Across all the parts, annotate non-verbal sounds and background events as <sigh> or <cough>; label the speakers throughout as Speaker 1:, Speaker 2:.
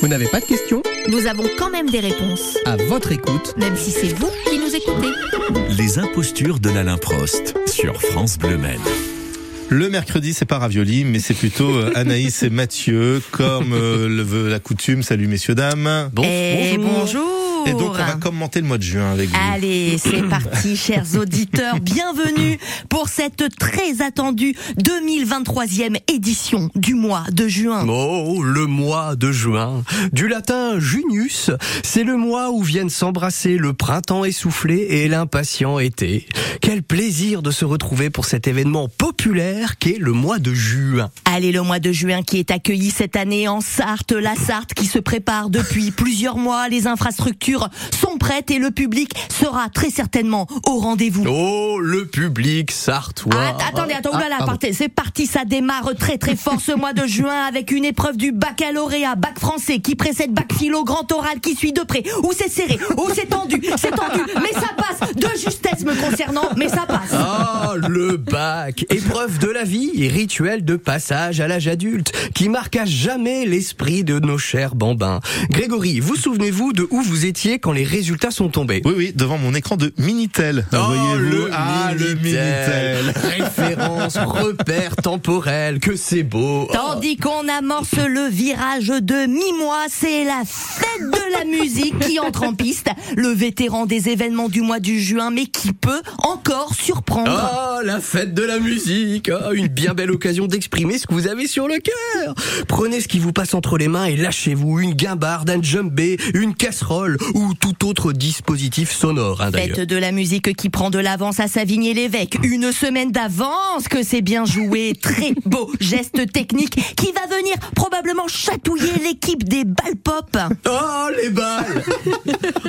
Speaker 1: Vous n'avez pas de questions
Speaker 2: Nous avons quand même des réponses,
Speaker 1: À votre écoute.
Speaker 2: même si c'est vous qui nous écoutez.
Speaker 3: Les impostures de l'Alain Prost sur France Bleu Maine.
Speaker 4: Le mercredi, c'est pas ravioli, mais c'est
Speaker 2: <laughs>
Speaker 4: plutôt euh, Anaïs et Mathieu, comme euh, le veut la coutume. Salut messieurs, dames.
Speaker 2: Eh, bonjour.
Speaker 4: Et donc, on va commenter le mois de juin avec vous.
Speaker 2: Allez,
Speaker 4: <coughs>
Speaker 2: c'est parti, chers auditeurs. Bienvenue pour cette très attendue 2023e édition du mois de juin.
Speaker 5: Oh, le mois de juin. Du latin junius, c'est le mois où viennent s'embrasser le printemps essoufflé et l'impatient été. Quel plaisir de se retrouver pour cet événement populaire qu'est le mois de juin.
Speaker 2: Allez, le mois de juin qui est accueilli cette année en Sarthe, la Sarthe qui se prépare depuis <coughs> plusieurs mois. Les infrastructures sont prêtes et le public sera très certainement au rendez-vous.
Speaker 5: Oh, le public sartois.
Speaker 2: Ah, att- attendez, attendez, oulala,
Speaker 5: pardon.
Speaker 2: partez, c'est parti, ça démarre
Speaker 5: <laughs>
Speaker 2: très très fort ce mois de juin avec une épreuve du baccalauréat, bac français qui précède bac philo, grand oral qui suit de près, où c'est serré, où c'est tendu, c'est tendu, mais ça passe, de justesse me concernant, mais ça passe.
Speaker 5: Ah, le bac, épreuve de la vie et rituel de passage à l'âge adulte qui marque à jamais l'esprit de nos chers bambins. Grégory, vous souvenez-vous de où vous étiez quand les résultats sont tombés Oh,
Speaker 4: Oui, oui, devant mon écran de Minitel.
Speaker 2: Oh,
Speaker 4: voyez-vous. ah,
Speaker 2: <laughs>
Speaker 4: le Minitel.
Speaker 5: Référence, repère temporel, que c'est beau
Speaker 2: Tandis qu'on amorce le virage de mi-mois, c'est la fête de la musique qui entre en piste, le vétéran des événements du mois du juin, mais qui peut encore surprendre.
Speaker 5: Ah, la fête de la musique Ah, Une bien belle occasion d'exprimer ce que vous avez sur le cœur Prenez ce qui vous passe entre les mains et lâchez-vous une guimbarde, un djembé, une casserole ou tout autre dispositif sonore, hein, d'ailleurs.
Speaker 2: Fête de la musique qui prend de l'avance à Savigny-l'Évêque. Une semaine d'avance que c'est bien joué. Très beau geste technique qui va venir probablement chatouiller l'équipe des balles pop.
Speaker 5: Oh, les balles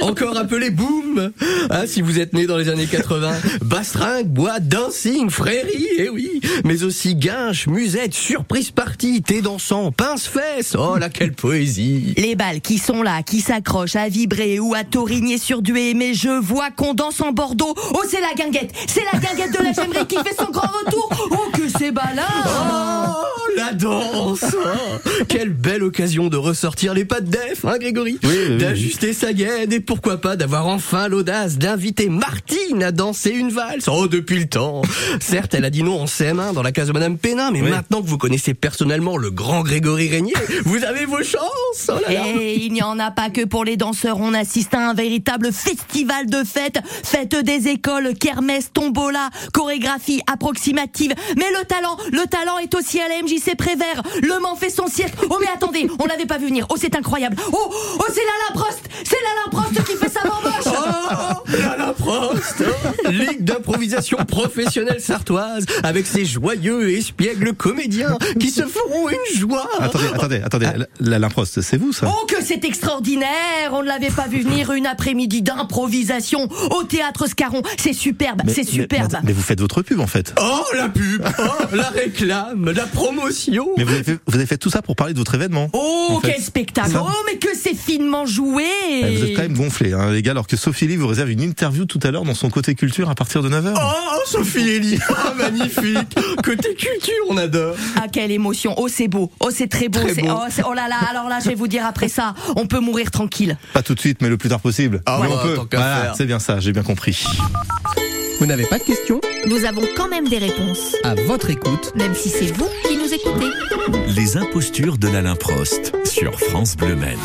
Speaker 5: Encore appelé boom hein, Si vous êtes né dans les années 80, bastringue, bois, dancing, frérie, eh oui Mais aussi guinche, musette, surprise partie, thé dansant, pince-fesse Oh là, quelle poésie
Speaker 2: Les balles qui sont là, qui s'accrochent à vibrer ou à tauriner sur duet. Mais je vois qu'on danse en Bordeaux. Oh, c'est la guinguette. C'est la
Speaker 5: <laughs>
Speaker 2: guinguette de la Gemmerie qui fait son grand retour. Oh, que c'est balin.
Speaker 5: Oh, la danse Oh, Quelle belle occasion de ressortir les pattes d'Ef, hein Grégory
Speaker 4: Oui, oui, oui.
Speaker 5: D'ajuster sa gaine et pourquoi pas d'avoir enfin l'audace d'inviter Martine à danser une valse Oh, depuis le temps Certes, elle a dit non en CM1 dans la case de Madame Pénin, mais
Speaker 4: Oui.
Speaker 5: maintenant que vous connaissez personnellement le grand Grégory Régnier, vous avez vos chances Oh là là
Speaker 2: Et Eh, il n'y en a pas que pour les danseurs, on assiste à un véritable festival de fêtes, fête des écoles, kermesse, tombola, chorégraphie approximative. Mais le talent, le talent est aussi à la MJC Prévert. Le Mans fait son siècle. Oh mais attendez, on l'avait pas vu venir. Oh c'est incroyable. Oh, oh c'est la Prost, c'est la Prost qui fait sa
Speaker 4: <laughs>
Speaker 2: bamboche.
Speaker 5: Oh, la la Prost hein. Ligue d'improvisation professionnelle sartoise avec ses joyeux et espiègles comédiens qui se feront une joie
Speaker 4: Attendez, attendez, attendez. La L'improst, c'est vous, ça
Speaker 2: Ah. Oh que c'est extraordinaire On ne l'avait pas vu venir une après-midi d'improvisation au théâtre Scarron. C'est superbe, c'est superbe.
Speaker 4: Mais, vous faites votre pub, en fait.
Speaker 5: Oh la pub,
Speaker 1: <laughs>
Speaker 5: oh la réclame, la promotion.
Speaker 4: Mais vous avez, fait, vous avez fait tout ça pour parler de votre événement.
Speaker 2: Oh,
Speaker 4: en fait.
Speaker 2: quel spectacle
Speaker 4: Ça-
Speaker 2: Oh, mais que c'est finement joué
Speaker 4: Eh, Vous êtes quand même gonflés, hein, les gars, alors que Sophie Lee vous réserve une interview tout à l'heure dans son côté culture à partir de 9h.
Speaker 5: Oh Sophie Elie, oh,
Speaker 1: <laughs>
Speaker 5: magnifique. Côté culture, on adore.
Speaker 2: Ah, quelle émotion Oh, c'est beau Oh, c'est très beau,
Speaker 5: Très
Speaker 2: c'est-
Speaker 5: beau.
Speaker 2: Oh, c'est- oh là là, alors là, je vais vous dire après ça, on peut mourir tranquille.
Speaker 4: Pas tout de suite, mais le plus tard possible.
Speaker 5: Ah
Speaker 4: Mais
Speaker 5: ouais,
Speaker 4: on peut.
Speaker 5: tant qu'à
Speaker 4: Voilà,
Speaker 5: faire.
Speaker 4: c'est bien ça, j'ai bien compris.
Speaker 1: Vous n'avez pas de questions
Speaker 6: Nous avons quand même des réponses,
Speaker 1: À votre écoute.
Speaker 6: même si c'est vous qui nous écoutez.
Speaker 3: Les impostures de l'Alain Prost sur France Bleu Maine.